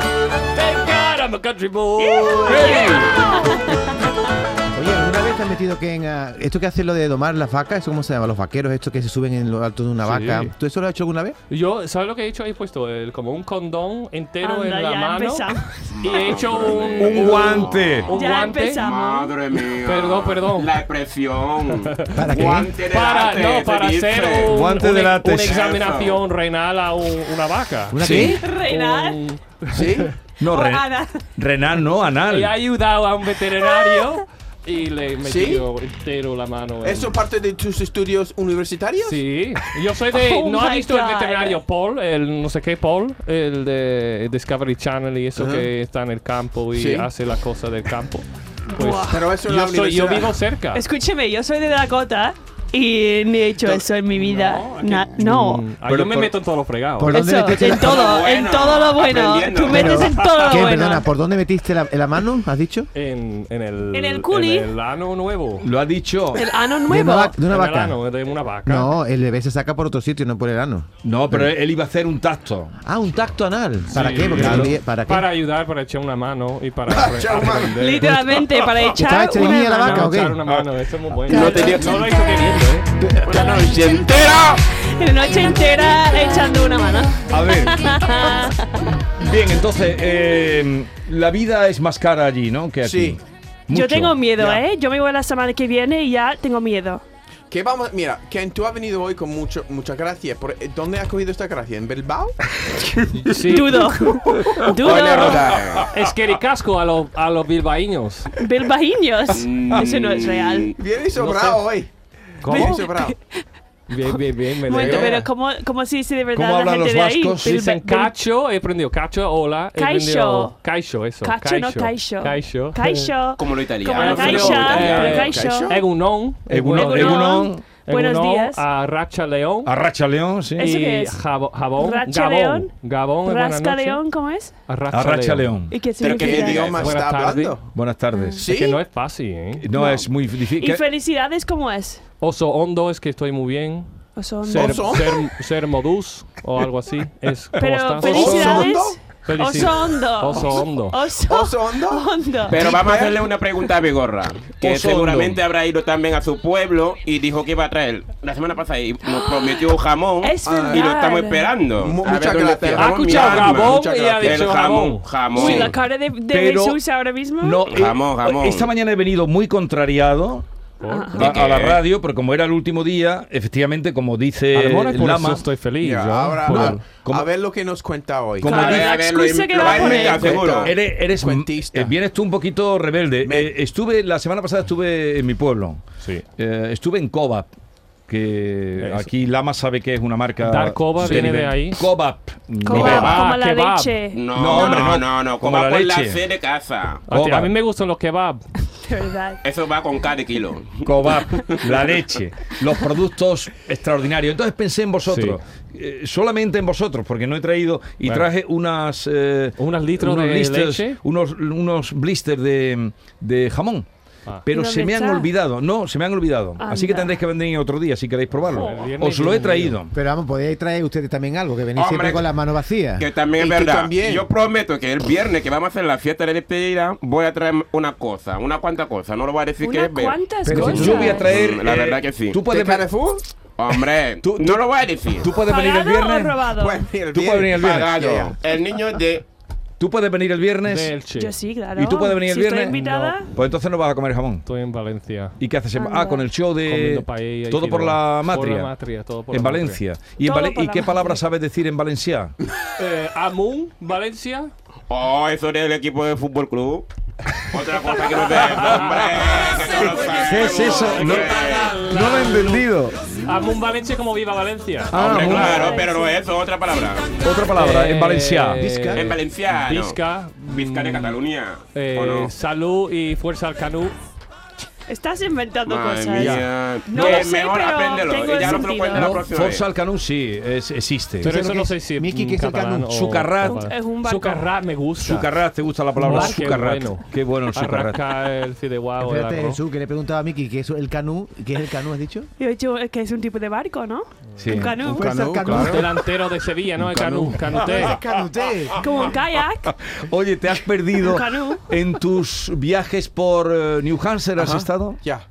[SPEAKER 4] Thank God I'm a country boy.
[SPEAKER 6] Oye, ¿alguna vez te has metido que en... ah, esto que hacen lo de domar las vacas, ¿eso cómo se llama? Los vaqueros, estos que se suben en lo alto de una
[SPEAKER 1] Sí.
[SPEAKER 6] vaca. ¿Tú eso lo has hecho alguna vez?
[SPEAKER 4] Yo, ¿sabes lo que he hecho? He puesto el- como un condón entero
[SPEAKER 3] Anda,
[SPEAKER 4] en la
[SPEAKER 3] ya
[SPEAKER 4] mano
[SPEAKER 3] empezamos.
[SPEAKER 4] y he hecho un,
[SPEAKER 1] Un guante.
[SPEAKER 4] un
[SPEAKER 3] Ya
[SPEAKER 4] guante
[SPEAKER 3] empezamos.
[SPEAKER 5] Madre mía.
[SPEAKER 4] Perdón, perdón.
[SPEAKER 5] La expresión.
[SPEAKER 6] ¿Para qué?
[SPEAKER 5] Guante de
[SPEAKER 4] para,
[SPEAKER 5] látex,
[SPEAKER 4] no, para
[SPEAKER 5] te
[SPEAKER 4] hacer
[SPEAKER 5] dice.
[SPEAKER 4] un,
[SPEAKER 1] Guante
[SPEAKER 4] un- e-
[SPEAKER 1] de látex.
[SPEAKER 4] una examinación renal a un- una vaca.
[SPEAKER 6] ¿Una
[SPEAKER 1] Sí.
[SPEAKER 6] Uh,
[SPEAKER 3] Reinal.
[SPEAKER 4] Un-
[SPEAKER 2] ¿Sí?
[SPEAKER 1] No,
[SPEAKER 3] o
[SPEAKER 1] re-
[SPEAKER 3] Oh, Ana.
[SPEAKER 1] renal no,
[SPEAKER 4] he
[SPEAKER 1] anal.
[SPEAKER 4] ayudado a un veterinario y le he
[SPEAKER 2] ¿Sí?
[SPEAKER 4] metido entero la mano. en-
[SPEAKER 2] ¿Eso es parte de tus estudios universitarios?
[SPEAKER 4] Sí, yo soy de.
[SPEAKER 3] Oh
[SPEAKER 4] ¿No has
[SPEAKER 3] my
[SPEAKER 4] visto el
[SPEAKER 3] God.
[SPEAKER 4] veterinario Paul? El no sé qué Paul, el de Discovery Channel y eso
[SPEAKER 2] Ajá.
[SPEAKER 4] que está en el campo y
[SPEAKER 2] Sí.
[SPEAKER 4] hace las cosas del campo. Pues
[SPEAKER 3] Buah.
[SPEAKER 2] Pero eso en la
[SPEAKER 4] yo, soy- yo
[SPEAKER 2] universidad.
[SPEAKER 4] vivo
[SPEAKER 6] Ah.
[SPEAKER 4] cerca. Mm,
[SPEAKER 3] Escúcheme, yo soy de Dakota y ni he hecho eso en mi vida. Na- No.
[SPEAKER 4] Mm, ah,
[SPEAKER 1] Pero
[SPEAKER 4] yo me
[SPEAKER 1] por-
[SPEAKER 4] meto en todos los fregados.
[SPEAKER 6] ¿Por dónde
[SPEAKER 3] Eso,
[SPEAKER 6] metiste
[SPEAKER 3] en
[SPEAKER 6] la-
[SPEAKER 3] todo, en todo lo bueno.
[SPEAKER 5] aprendiendo.
[SPEAKER 3] Tú metes en todo lo
[SPEAKER 6] ¿Qué?
[SPEAKER 3] bueno.
[SPEAKER 6] Perdona, ¿por dónde metiste la, la mano, has dicho?
[SPEAKER 4] En, en el.
[SPEAKER 3] En el culi.
[SPEAKER 4] En el ano nuevo.
[SPEAKER 1] Lo ha dicho.
[SPEAKER 3] El ano
[SPEAKER 6] De una,
[SPEAKER 3] nuevo.
[SPEAKER 6] vaca- de una
[SPEAKER 4] En el
[SPEAKER 6] vaca.
[SPEAKER 4] ano de una vaca.
[SPEAKER 6] No, el bebé se saca por otro sitio, no por el ano.
[SPEAKER 1] No, pero él iba a hacer un tacto.
[SPEAKER 6] Ah, un tacto anal. ¿Para
[SPEAKER 4] Sí,
[SPEAKER 6] qué? Porque
[SPEAKER 4] claro.
[SPEAKER 6] te- ¿Para qué?
[SPEAKER 4] Para ayudar, para echar una mano y para.
[SPEAKER 2] echar una mano.
[SPEAKER 4] aprender.
[SPEAKER 3] Literalmente, para
[SPEAKER 6] ¿Estaba
[SPEAKER 3] echar
[SPEAKER 6] estreñida
[SPEAKER 3] una
[SPEAKER 6] la
[SPEAKER 3] mano.
[SPEAKER 6] vaca o qué?
[SPEAKER 4] Echar una mano, eso es muy bueno.
[SPEAKER 5] No tenía-
[SPEAKER 4] No lo hizo queriendo, ¿eh?
[SPEAKER 5] Una noche entera.
[SPEAKER 3] La noche entera echando una mano.
[SPEAKER 1] A ver. Bien, entonces, eh, la vida es más cara allí, ¿no? Que aquí.
[SPEAKER 2] Sí.
[SPEAKER 1] Mucho.
[SPEAKER 3] Yo tengo miedo,
[SPEAKER 2] Ya.
[SPEAKER 3] ¿eh? Yo me voy la semana que viene y ya tengo miedo.
[SPEAKER 2] Que vamos, mira, Ken, tú has venido hoy con mucho, mucha gracia. Por- eh, ¿Dónde has cogido esta gracia? ¿En Bilbao?
[SPEAKER 4] Sí.
[SPEAKER 3] Dudo. Dudo.
[SPEAKER 5] Ole, Rosa.
[SPEAKER 4] Es que casco a los a los bilbaínos.
[SPEAKER 3] Bilbaíños. Eso no es real.
[SPEAKER 2] Vienes sobrado
[SPEAKER 4] No sé. Oh,
[SPEAKER 2] hoy.
[SPEAKER 4] ¿Cómo?
[SPEAKER 2] Vienes sobrado.
[SPEAKER 4] Bien, bien, bien, me
[SPEAKER 3] Un momento,
[SPEAKER 4] alegro.
[SPEAKER 3] pero ¿cómo, cómo se dice de
[SPEAKER 1] ¿Cómo
[SPEAKER 3] verdad la
[SPEAKER 1] hablan
[SPEAKER 3] gente
[SPEAKER 1] los
[SPEAKER 3] de ahí?
[SPEAKER 1] vascos?
[SPEAKER 3] Bilba-
[SPEAKER 4] Dicen
[SPEAKER 3] Bil-
[SPEAKER 4] cacho, he aprendido cacho, hola. he aprendido- Caixo, eso.
[SPEAKER 3] Cacho, no caixo.
[SPEAKER 4] Caixo.
[SPEAKER 3] Caixo.
[SPEAKER 5] Como lo italiano.
[SPEAKER 3] Como la
[SPEAKER 4] pero-
[SPEAKER 3] caixa,
[SPEAKER 4] eh,
[SPEAKER 3] pero caixo.
[SPEAKER 4] Egunon.
[SPEAKER 1] Egunon.
[SPEAKER 3] Egunon. Buenos
[SPEAKER 4] Egunon,
[SPEAKER 3] días. Ah.
[SPEAKER 4] Arracha León.
[SPEAKER 1] Arracha León, sí.
[SPEAKER 3] ¿Eso
[SPEAKER 4] y
[SPEAKER 3] qué es?
[SPEAKER 4] jabo- jabón.
[SPEAKER 3] Racha
[SPEAKER 4] Gabón.
[SPEAKER 3] León.
[SPEAKER 4] Gabón es buenas
[SPEAKER 3] Rasca
[SPEAKER 4] noches.
[SPEAKER 3] león, ¿cómo es?
[SPEAKER 4] Arracha,
[SPEAKER 1] Arracha León.
[SPEAKER 3] ¿Y qué
[SPEAKER 5] Pero qué
[SPEAKER 3] significa?
[SPEAKER 5] idioma.
[SPEAKER 2] idioma
[SPEAKER 4] Buenas
[SPEAKER 2] está
[SPEAKER 4] tardes.
[SPEAKER 2] hablando?
[SPEAKER 1] Buenas tardes.
[SPEAKER 2] Sí.
[SPEAKER 4] Que no es fácil, ¿eh?
[SPEAKER 1] No, es muy difícil.
[SPEAKER 3] ¿Y
[SPEAKER 1] ¿Qué-
[SPEAKER 3] felicidades cómo es?
[SPEAKER 4] Oso hondo es que estoy muy bien.
[SPEAKER 3] ¿O son-
[SPEAKER 4] Ser,
[SPEAKER 2] Oso.
[SPEAKER 4] ser, ser modus o algo así. Es, ¿Cómo
[SPEAKER 3] Pero
[SPEAKER 4] estás?
[SPEAKER 3] felicidades.
[SPEAKER 2] Oso
[SPEAKER 4] Felici-
[SPEAKER 3] Oso hondo.
[SPEAKER 4] Oso hondo.
[SPEAKER 3] Oso
[SPEAKER 2] ¿Oso hondo?
[SPEAKER 3] hondo.
[SPEAKER 5] Pero vamos a hacerle una pregunta a Vigorra, que
[SPEAKER 1] Oso
[SPEAKER 5] seguramente habrá ido también a su pueblo y dijo que iba a traer la semana pasada y nos prometió jamón
[SPEAKER 3] Ah, Es verdad.
[SPEAKER 5] y lo estamos esperando.
[SPEAKER 2] Mu-
[SPEAKER 5] A ver
[SPEAKER 2] muchas
[SPEAKER 5] dónde
[SPEAKER 2] gracias.
[SPEAKER 5] está el
[SPEAKER 2] Ha
[SPEAKER 5] jamón, mi
[SPEAKER 4] escuchado
[SPEAKER 5] alma.
[SPEAKER 4] jamón
[SPEAKER 5] Muchas
[SPEAKER 4] y ha
[SPEAKER 5] gracias.
[SPEAKER 4] dicho
[SPEAKER 5] el jamón,
[SPEAKER 4] jamón.
[SPEAKER 5] jamón.
[SPEAKER 3] Uy, la cara de, de
[SPEAKER 1] Pero-
[SPEAKER 3] Jesús ahora mismo.
[SPEAKER 1] No, eh,
[SPEAKER 5] Jamón, jamón.
[SPEAKER 1] Esta mañana he venido muy contrariado
[SPEAKER 3] Ah.
[SPEAKER 1] a,
[SPEAKER 5] ¿De qué?
[SPEAKER 1] a la radio, pero como era el último día, efectivamente, como dice
[SPEAKER 3] Eh,
[SPEAKER 4] a lo mejor es por
[SPEAKER 1] Lama,
[SPEAKER 4] eso estoy feliz.
[SPEAKER 2] Ya,
[SPEAKER 4] ¿no?
[SPEAKER 2] ahora,
[SPEAKER 4] Por-
[SPEAKER 2] a,
[SPEAKER 1] ¿Cómo?
[SPEAKER 2] a ver lo que nos cuenta hoy.
[SPEAKER 1] ¿Cómo?
[SPEAKER 5] A ver,
[SPEAKER 3] La
[SPEAKER 5] a ver, lo,
[SPEAKER 3] excusa que
[SPEAKER 5] lo
[SPEAKER 3] va
[SPEAKER 5] va
[SPEAKER 3] a
[SPEAKER 5] a
[SPEAKER 3] poner.
[SPEAKER 5] inventar, seguro.
[SPEAKER 1] eres, eres
[SPEAKER 2] Cuentista.
[SPEAKER 1] eh, vienes tú un poquito rebelde.
[SPEAKER 2] Me-
[SPEAKER 1] Eh, estuve la semana pasada estuve en mi pueblo.
[SPEAKER 4] Sí.
[SPEAKER 1] Eh, estuve en Cobap, que
[SPEAKER 4] Eso.
[SPEAKER 1] aquí Lama sabe que es una marca.
[SPEAKER 4] Dar Cova
[SPEAKER 1] de
[SPEAKER 4] viene
[SPEAKER 1] nivel.
[SPEAKER 4] de ahí.
[SPEAKER 1] Cobap.
[SPEAKER 3] Como,
[SPEAKER 4] Kebab,
[SPEAKER 3] como la
[SPEAKER 4] kebab.
[SPEAKER 3] leche.
[SPEAKER 5] No,
[SPEAKER 1] No,
[SPEAKER 5] no,
[SPEAKER 1] hombre, no.
[SPEAKER 5] no, no,
[SPEAKER 1] Como
[SPEAKER 5] Como
[SPEAKER 1] la
[SPEAKER 5] va con la
[SPEAKER 1] leche.
[SPEAKER 5] C de casa.
[SPEAKER 4] A, ti- a
[SPEAKER 1] Oba.
[SPEAKER 4] mí me gustan los kebab.
[SPEAKER 3] De verdad.
[SPEAKER 5] Eso va con cada kilo.
[SPEAKER 1] Cobap, la leche, los productos extraordinarios. Entonces pensé en vosotros, eh, solamente en vosotros, porque no he traído y
[SPEAKER 4] Bueno.
[SPEAKER 1] traje unas eh,
[SPEAKER 4] Unas litros
[SPEAKER 1] unos
[SPEAKER 4] de
[SPEAKER 1] blisters,
[SPEAKER 4] leche.
[SPEAKER 1] unos unos blisters de, de jamón.
[SPEAKER 4] Ah.
[SPEAKER 1] Pero
[SPEAKER 3] ¿Y
[SPEAKER 1] se me
[SPEAKER 3] dónde
[SPEAKER 1] han
[SPEAKER 3] está?
[SPEAKER 1] olvidado, no, se me han olvidado. Así que
[SPEAKER 3] Anda.
[SPEAKER 1] tendréis que venir otro día si queréis probarlo.
[SPEAKER 4] Joder, viernes
[SPEAKER 1] Os lo he
[SPEAKER 4] y domingo.
[SPEAKER 1] traído.
[SPEAKER 6] Pero vamos, podéis traer ustedes también algo, que venís
[SPEAKER 5] Hombre,
[SPEAKER 6] siempre con las manos vacías.
[SPEAKER 5] Que también es
[SPEAKER 2] Y tú
[SPEAKER 5] verdad.
[SPEAKER 2] también.
[SPEAKER 5] Yo prometo que el viernes que vamos a hacer la fiesta de despedida, voy a traer una cosa, una cuanta cosa. No lo voy a decir que
[SPEAKER 3] Unas
[SPEAKER 5] es ver.
[SPEAKER 3] cuantas
[SPEAKER 6] Pero
[SPEAKER 3] cosas.
[SPEAKER 1] Yo voy a traer. eh,
[SPEAKER 5] Mm, la verdad que sí.
[SPEAKER 1] Tú
[SPEAKER 2] ¿De
[SPEAKER 1] puedes, ven-
[SPEAKER 2] Carrefour?
[SPEAKER 5] Hombre,
[SPEAKER 1] Tú-
[SPEAKER 5] no lo voy a decir.
[SPEAKER 1] tú puedes venir el
[SPEAKER 3] ¿Pagado o
[SPEAKER 1] viernes.
[SPEAKER 3] robado?
[SPEAKER 2] Pues mira, el
[SPEAKER 1] Tú puedes venir el viernes.
[SPEAKER 5] Pagado.
[SPEAKER 2] Ya, ya.
[SPEAKER 5] El niño de.
[SPEAKER 1] Tú puedes venir el viernes.
[SPEAKER 4] de Elche.
[SPEAKER 3] Yo sí, claro.
[SPEAKER 1] Y tú puedes venir
[SPEAKER 3] Si
[SPEAKER 1] el viernes.
[SPEAKER 3] Estoy invitada.
[SPEAKER 1] Pues entonces no vas a comer jamón.
[SPEAKER 4] Estoy en Valencia.
[SPEAKER 1] ¿Y qué haces? en- Ah,
[SPEAKER 3] Anda.
[SPEAKER 1] con el show de.
[SPEAKER 4] comiendo paella. y
[SPEAKER 1] Todo por la
[SPEAKER 4] fideuá. Por
[SPEAKER 1] matria.
[SPEAKER 4] la matria, todo por
[SPEAKER 1] En
[SPEAKER 4] la
[SPEAKER 1] Valencia. ¿Y, en
[SPEAKER 3] Todo
[SPEAKER 1] Vale-
[SPEAKER 3] por
[SPEAKER 1] ¿y
[SPEAKER 3] la
[SPEAKER 1] qué
[SPEAKER 3] matria.
[SPEAKER 1] palabra sabes decir en valenciano?
[SPEAKER 4] matria. Eh, Amun, Valencia.
[SPEAKER 5] Oh, eso del equipo de fútbol club. Otra cosa que no tengo, hombre. que no lo
[SPEAKER 1] ¿Qué es
[SPEAKER 5] tengo,
[SPEAKER 1] eso? No,
[SPEAKER 5] hombre.
[SPEAKER 1] no lo he entendido.
[SPEAKER 4] Amo un Valencia como viva Valencia.
[SPEAKER 1] Ah,
[SPEAKER 5] Hombre,
[SPEAKER 1] muy-
[SPEAKER 5] claro, pero no es eso, otra palabra.
[SPEAKER 1] Otra palabra, en
[SPEAKER 4] Eh,
[SPEAKER 1] Valencia.
[SPEAKER 6] Vizca.
[SPEAKER 5] En valenciano.
[SPEAKER 4] Vizca. mm,
[SPEAKER 5] Vizca de Cataluña.
[SPEAKER 4] eh,
[SPEAKER 5] ¿O no?
[SPEAKER 4] Salud y fuerza al canú.
[SPEAKER 3] Estás inventando
[SPEAKER 5] Madre
[SPEAKER 3] cosas.
[SPEAKER 5] mía.
[SPEAKER 3] No
[SPEAKER 5] Eh,
[SPEAKER 3] lo sé,
[SPEAKER 5] mejor
[SPEAKER 3] pero
[SPEAKER 5] apréndelo.
[SPEAKER 3] tengo
[SPEAKER 5] Y ya
[SPEAKER 3] el
[SPEAKER 5] no te lo cuento la
[SPEAKER 1] No,
[SPEAKER 5] próxima vez.
[SPEAKER 1] Forza Alcanú sí, es- existe.
[SPEAKER 4] Pero
[SPEAKER 6] lo
[SPEAKER 4] eso
[SPEAKER 6] que
[SPEAKER 4] no
[SPEAKER 6] es?
[SPEAKER 4] sé si.
[SPEAKER 6] Miki, ¿qué es el canú?
[SPEAKER 1] Sucarrat.
[SPEAKER 3] Es un barco.
[SPEAKER 4] Sucarrat me gusta.
[SPEAKER 1] Sucarrat, ¿te gusta la palabra
[SPEAKER 4] Qué
[SPEAKER 1] sucarrat?
[SPEAKER 4] bueno.
[SPEAKER 1] Qué bueno el sucarrat.
[SPEAKER 4] Arranca el fideuá o el
[SPEAKER 6] Espérate,
[SPEAKER 4] arroz.
[SPEAKER 6] Jesús, que le preguntaba a Miki que es el canú. ¿Qué es el canú, has dicho?
[SPEAKER 3] Yo he dicho que es un tipo de barco, ¿no?
[SPEAKER 1] Sí.
[SPEAKER 3] Un canoe.
[SPEAKER 6] Pues
[SPEAKER 2] canú,
[SPEAKER 6] el canú.
[SPEAKER 2] claro.
[SPEAKER 4] Delantero de Sevilla, ¿no? El canú. Canuté.
[SPEAKER 6] Ah, Canuté.
[SPEAKER 3] Como un kayak.
[SPEAKER 1] Oye, ¿te has perdido
[SPEAKER 3] Un canú.
[SPEAKER 1] en tus viajes por eh, New Hampshire? ¿Has
[SPEAKER 2] Ajá,
[SPEAKER 1] estado?
[SPEAKER 2] Ya.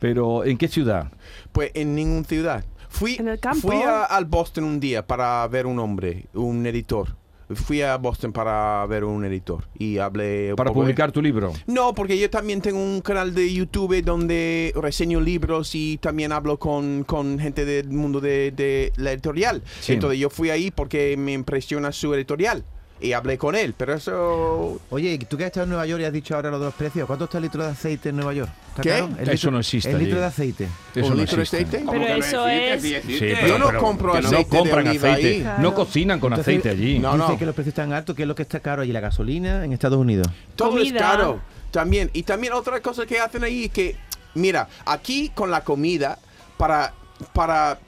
[SPEAKER 1] Pero ¿en qué ciudad?
[SPEAKER 2] Pues en ninguna ciudad. Fui,
[SPEAKER 3] En el campo.
[SPEAKER 2] fui a- al Boston un día para ver un hombre, un editor. Fui a Boston para ver un editor y hablé. un
[SPEAKER 1] Para
[SPEAKER 2] poco de-
[SPEAKER 1] publicar tu libro.
[SPEAKER 2] No, porque yo también tengo un canal de YouTube donde reseño libros y también hablo con, con gente del mundo de, de la editorial.
[SPEAKER 1] Sí.
[SPEAKER 2] Entonces yo fui ahí porque me impresiona su editorial y hablé con él, pero eso...
[SPEAKER 6] Oye, tú que has estado en Nueva York y has dicho ahora lo de los precios, ¿cuánto está el litro de aceite en Nueva York? ¿Está
[SPEAKER 2] ¿Qué?
[SPEAKER 1] Eso no existe
[SPEAKER 6] El
[SPEAKER 1] allí.
[SPEAKER 6] litro de aceite.
[SPEAKER 1] Eso
[SPEAKER 2] ¿Un
[SPEAKER 1] no
[SPEAKER 2] litro de
[SPEAKER 1] existe.
[SPEAKER 2] aceite?
[SPEAKER 5] ¿Cómo
[SPEAKER 3] Pero
[SPEAKER 5] que no
[SPEAKER 3] eso
[SPEAKER 5] existe?
[SPEAKER 3] es-
[SPEAKER 5] Sí existe.
[SPEAKER 1] Sí,
[SPEAKER 2] Yo no compro
[SPEAKER 1] que
[SPEAKER 2] aceite de
[SPEAKER 1] No compran
[SPEAKER 2] oliva
[SPEAKER 1] aceite.
[SPEAKER 2] ahí.
[SPEAKER 1] No
[SPEAKER 3] Claro.
[SPEAKER 1] cocinan con
[SPEAKER 6] Entonces,
[SPEAKER 1] aceite allí.
[SPEAKER 2] No,
[SPEAKER 6] Dice
[SPEAKER 2] no.
[SPEAKER 6] que los precios están altos, que es lo que está caro allí, la gasolina en Estados Unidos.
[SPEAKER 2] Todo
[SPEAKER 3] Comida.
[SPEAKER 2] es caro. También. Y también otra cosa que hacen ahí es que, mira, aquí con la comida, para, para,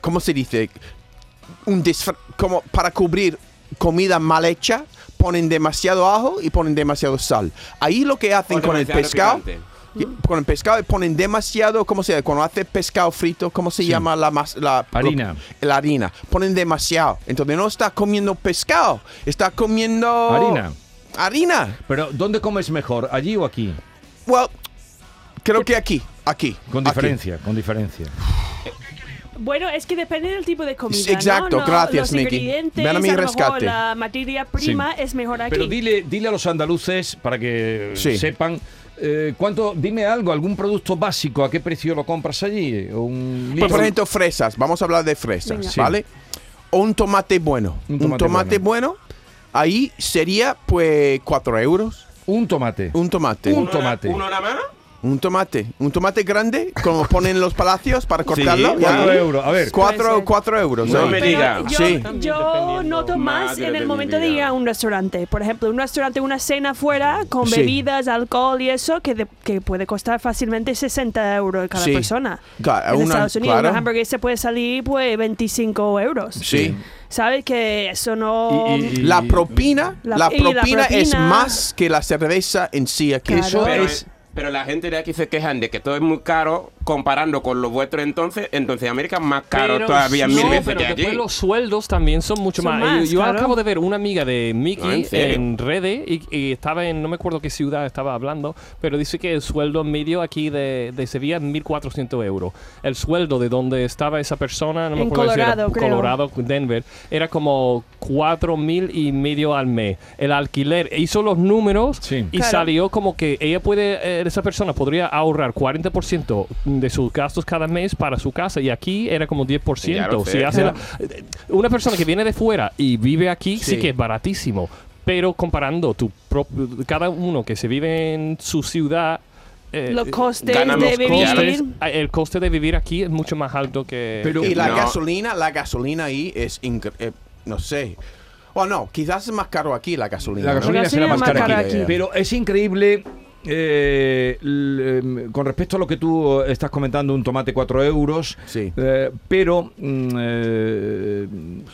[SPEAKER 2] ¿cómo se dice? Un disfra- como para cubrir comida mal hecha, ponen demasiado ajo y ponen demasiado sal. Ahí lo que hacen
[SPEAKER 5] O
[SPEAKER 2] con el
[SPEAKER 5] demasiado
[SPEAKER 2] pescado...
[SPEAKER 5] picante.
[SPEAKER 2] Con el pescado ponen demasiado, ¿cómo se llama? Cuando hace pescado frito, ¿cómo se llama la mas- la
[SPEAKER 1] Harina.
[SPEAKER 2] lo- la harina. Ponen demasiado. Entonces no está comiendo pescado, está comiendo
[SPEAKER 1] Harina.
[SPEAKER 2] Harina.
[SPEAKER 1] Pero ¿dónde comes mejor? ¿Allí o aquí?
[SPEAKER 2] Well, creo que aquí, aquí.
[SPEAKER 1] Con
[SPEAKER 2] aquí.
[SPEAKER 1] diferencia, con diferencia.
[SPEAKER 3] Bueno, es que depende del tipo de comida.
[SPEAKER 2] Sí, exacto,
[SPEAKER 3] ¿no? No,
[SPEAKER 2] gracias,
[SPEAKER 3] Los
[SPEAKER 2] Miki.
[SPEAKER 3] ingredientes,
[SPEAKER 2] Ven a mi
[SPEAKER 3] lo mejor
[SPEAKER 2] rescate.
[SPEAKER 3] la materia prima es mejor aquí.
[SPEAKER 1] Pero dile, dile a los andaluces, para que
[SPEAKER 2] Sí.
[SPEAKER 1] sepan, eh, ¿cuánto, dime algo, algún producto básico, ¿a qué precio lo compras allí? Un
[SPEAKER 2] Pues, por
[SPEAKER 1] libro.
[SPEAKER 2] ejemplo, fresas. Vamos a hablar de fresas,
[SPEAKER 3] Venga.
[SPEAKER 1] Sí.
[SPEAKER 2] ¿vale? O un tomate bueno.
[SPEAKER 1] Un
[SPEAKER 2] Un
[SPEAKER 1] tomate
[SPEAKER 2] tomate, bueno. ahí sería pues 4 euros.
[SPEAKER 1] un tomate.
[SPEAKER 2] Un tomate.
[SPEAKER 1] Un
[SPEAKER 2] Un,
[SPEAKER 1] tomate.
[SPEAKER 5] ¿Uno nada más?
[SPEAKER 2] tomate. Un tomate grande, como ponen en los palacios para cortarlo.
[SPEAKER 5] Sí,
[SPEAKER 1] Cuatro
[SPEAKER 2] ya.
[SPEAKER 1] euros. A ver,
[SPEAKER 3] Pues, Puede
[SPEAKER 2] Cuatro,
[SPEAKER 3] ser.
[SPEAKER 2] cuatro euros. ¿eh?
[SPEAKER 5] No
[SPEAKER 2] ahí.
[SPEAKER 5] me diga.
[SPEAKER 3] Yo,
[SPEAKER 2] Sí.
[SPEAKER 3] yo noto más
[SPEAKER 5] Madre
[SPEAKER 3] en
[SPEAKER 5] de mi
[SPEAKER 3] el momento de
[SPEAKER 5] vida.
[SPEAKER 3] ir a un restaurante. Por ejemplo, un restaurante, una cena fuera con
[SPEAKER 2] Sí.
[SPEAKER 3] bebidas, alcohol y eso, que, de- que puede costar fácilmente 60 euros cada
[SPEAKER 2] Sí.
[SPEAKER 3] persona.
[SPEAKER 2] Claro,
[SPEAKER 3] en
[SPEAKER 2] una-
[SPEAKER 3] Estados Unidos,
[SPEAKER 2] claro.
[SPEAKER 3] un hamburguesa se puede salir pues 25 euros.
[SPEAKER 2] Sí.
[SPEAKER 3] ¿Sabes que eso no.
[SPEAKER 1] Y- y- y-
[SPEAKER 2] La propina,
[SPEAKER 3] La-
[SPEAKER 2] la,
[SPEAKER 3] y la
[SPEAKER 2] propina, es
[SPEAKER 3] propina.
[SPEAKER 2] más que la cerveza en sí aquí.
[SPEAKER 3] Claro.
[SPEAKER 1] Eso
[SPEAKER 5] Pero,
[SPEAKER 1] es.
[SPEAKER 5] pero la gente de aquí se quejan de que todo es muy caro comparando con lo vuestro entonces. Entonces América es más caro
[SPEAKER 4] Pero
[SPEAKER 5] todavía
[SPEAKER 4] sí,
[SPEAKER 5] mil
[SPEAKER 4] no,
[SPEAKER 5] veces
[SPEAKER 4] pero
[SPEAKER 5] que
[SPEAKER 4] después
[SPEAKER 5] aquí.
[SPEAKER 4] los sueldos también son mucho
[SPEAKER 3] Son
[SPEAKER 4] más.
[SPEAKER 3] más,
[SPEAKER 4] yo yo
[SPEAKER 3] claro.
[SPEAKER 4] acabo de ver una amiga de
[SPEAKER 5] No,
[SPEAKER 4] Mickey
[SPEAKER 5] en serio.
[SPEAKER 4] en redes y, y estaba en, no me acuerdo qué ciudad estaba hablando, pero dice que el sueldo medio aquí de, de Sevilla es 1.400 euros. El sueldo de donde estaba esa persona, no me
[SPEAKER 3] En
[SPEAKER 4] acuerdo si era
[SPEAKER 3] Colorado, creo.
[SPEAKER 4] Colorado, Denver, era como 4.000 y medio al mes. El alquiler hizo los números
[SPEAKER 1] Sí.
[SPEAKER 4] y
[SPEAKER 3] Claro.
[SPEAKER 4] salió como que ella puede, eh, esa persona podría ahorrar 40% de sus gastos cada mes para su casa y aquí era como 10%.
[SPEAKER 5] Ya lo sé.
[SPEAKER 4] Si hace la- eh, una persona que viene de fuera y vive aquí sí,
[SPEAKER 2] Sí.
[SPEAKER 4] que es baratísimo, pero comparando tu propio, cada uno que se vive en su ciudad, eh,
[SPEAKER 3] los costes
[SPEAKER 5] ganan
[SPEAKER 3] de
[SPEAKER 5] los
[SPEAKER 3] vivir.
[SPEAKER 4] costes- eh, el coste de vivir aquí es mucho más alto que...
[SPEAKER 1] Pero-
[SPEAKER 2] Y la
[SPEAKER 5] No.
[SPEAKER 2] gasolina, la gasolina ahí es incre- eh, no sé. O no, quizás es más caro aquí la gasolina.
[SPEAKER 1] La
[SPEAKER 2] ¿no?
[SPEAKER 1] gasolina
[SPEAKER 3] gasolina
[SPEAKER 1] será más
[SPEAKER 3] más
[SPEAKER 1] cara
[SPEAKER 3] cara
[SPEAKER 1] aquí.
[SPEAKER 3] aquí.
[SPEAKER 1] Pero es increíble. eh, l- em, con respecto a lo que tú estás comentando, un tomate 4 euros,
[SPEAKER 2] Sí.
[SPEAKER 1] eh, pero mm, eh,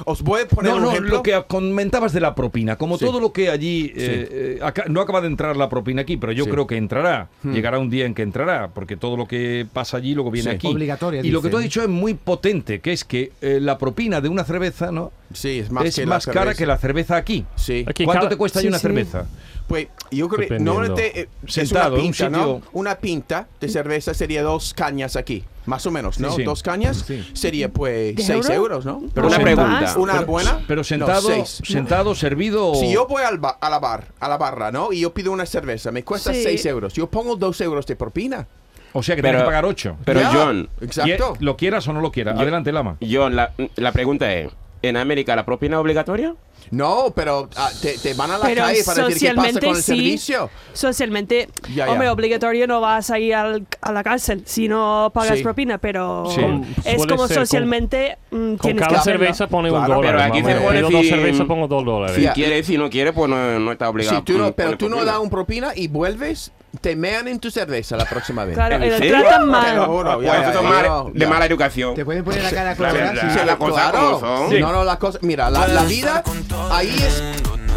[SPEAKER 2] Os voy a poner
[SPEAKER 1] no,
[SPEAKER 2] un
[SPEAKER 1] no,
[SPEAKER 2] ejemplo.
[SPEAKER 1] lo que comentabas de la propina, como
[SPEAKER 2] Sí.
[SPEAKER 1] todo lo que allí eh, eh, acá- no acaba de entrar la propina aquí, pero yo
[SPEAKER 2] Sí. Hmm.
[SPEAKER 1] creo que entrará, llegará un día en que entrará, porque todo lo que pasa allí luego viene
[SPEAKER 2] Sí.
[SPEAKER 1] aquí.
[SPEAKER 6] Obligatoria,
[SPEAKER 1] Y lo que
[SPEAKER 6] dicen.
[SPEAKER 1] tú has dicho es muy potente, que es que eh, la propina de una cerveza, ¿no?
[SPEAKER 2] Sí, es más,
[SPEAKER 1] es
[SPEAKER 2] que la
[SPEAKER 1] más cara
[SPEAKER 2] cerveza.
[SPEAKER 1] que la cerveza aquí.
[SPEAKER 2] Sí.
[SPEAKER 4] Aquí
[SPEAKER 1] ¿Cuánto
[SPEAKER 4] cada-
[SPEAKER 1] te cuesta ahí
[SPEAKER 4] sí,
[SPEAKER 1] una
[SPEAKER 4] sí.
[SPEAKER 1] cerveza?
[SPEAKER 2] Pues yo creo que
[SPEAKER 4] Dependiendo.
[SPEAKER 2] normalmente eh, es
[SPEAKER 1] Sentado,
[SPEAKER 2] una
[SPEAKER 1] en un
[SPEAKER 2] pinta, ¿no?
[SPEAKER 1] sitio-
[SPEAKER 2] Una pinta de cerveza sería dos cañas aquí, más o menos, ¿no?
[SPEAKER 1] Sí, sí.
[SPEAKER 2] Dos cañas
[SPEAKER 1] Sí.
[SPEAKER 2] sería pues
[SPEAKER 3] ¿De
[SPEAKER 2] seis
[SPEAKER 3] euro?
[SPEAKER 2] euros, ¿no?
[SPEAKER 5] Pero una
[SPEAKER 1] sentado-
[SPEAKER 5] pregunta.
[SPEAKER 2] Una buena.
[SPEAKER 1] Pero
[SPEAKER 2] No,
[SPEAKER 1] sentado,
[SPEAKER 2] seis.
[SPEAKER 1] sentado, servido. o-
[SPEAKER 2] Si yo voy al ba- a, la bar, a la barra, ¿no? Y yo pido una cerveza, me cuesta
[SPEAKER 3] Sí.
[SPEAKER 2] 6 euros. Yo pongo 2 euros de propina.
[SPEAKER 1] o sea que tienes
[SPEAKER 5] Pero-
[SPEAKER 1] que pagar 8.
[SPEAKER 5] Pero
[SPEAKER 2] Ya,
[SPEAKER 5] John,
[SPEAKER 2] Exacto.
[SPEAKER 1] Lo quieras o no lo quieras. Adelante, Lama.
[SPEAKER 5] John, la, la pregunta es: en América la propina es obligatoria?
[SPEAKER 2] No, pero ah, te, te van a la
[SPEAKER 3] Pero
[SPEAKER 2] calle para decir qué pasa
[SPEAKER 3] socialmente
[SPEAKER 2] con el
[SPEAKER 3] sí.
[SPEAKER 2] servicio.
[SPEAKER 3] Socialmente,
[SPEAKER 2] Ya, ya.
[SPEAKER 3] hombre, obligatorio no vas a ir al- a la cárcel si no pagas
[SPEAKER 2] Sí.
[SPEAKER 3] propina, pero
[SPEAKER 1] Sí.
[SPEAKER 3] con- es
[SPEAKER 7] Suele
[SPEAKER 3] como
[SPEAKER 7] ser con-
[SPEAKER 3] socialmente mm,
[SPEAKER 7] Con
[SPEAKER 3] tienes
[SPEAKER 7] cada
[SPEAKER 3] que hacerlo.
[SPEAKER 7] cerveza pone
[SPEAKER 2] Claro,
[SPEAKER 7] un dólar.
[SPEAKER 5] pero aquí
[SPEAKER 7] vamos.
[SPEAKER 2] se pone
[SPEAKER 7] Pido dos
[SPEAKER 5] si-
[SPEAKER 7] cervezas, pongo dos dólares.
[SPEAKER 5] Si
[SPEAKER 2] Ya.
[SPEAKER 5] quieres, si no quieres, pues no, no está obligado. Mm,
[SPEAKER 2] Sí,
[SPEAKER 5] pues
[SPEAKER 2] tú no-
[SPEAKER 5] a
[SPEAKER 2] pero
[SPEAKER 5] poner
[SPEAKER 2] tú no
[SPEAKER 5] propina.
[SPEAKER 2] das un propina y vuelves, te mean en tu cerveza la próxima vez.
[SPEAKER 3] Claro,
[SPEAKER 5] ¿En
[SPEAKER 3] eh,
[SPEAKER 5] serio?
[SPEAKER 3] tratan
[SPEAKER 2] Te lo
[SPEAKER 3] mal.
[SPEAKER 2] juro,
[SPEAKER 5] Pues
[SPEAKER 2] ya, ya,
[SPEAKER 5] eso es
[SPEAKER 2] ya,
[SPEAKER 5] mal-
[SPEAKER 2] ya.
[SPEAKER 5] de mala educación.
[SPEAKER 6] Te pueden poner la cara
[SPEAKER 5] La
[SPEAKER 6] colorada.
[SPEAKER 5] verdad.
[SPEAKER 6] sí,
[SPEAKER 5] Sí,
[SPEAKER 6] sí.
[SPEAKER 5] la cosa
[SPEAKER 2] Claro.
[SPEAKER 5] Ah, como son.
[SPEAKER 2] No, no, las cosas. Mira, la, la vida ahí es.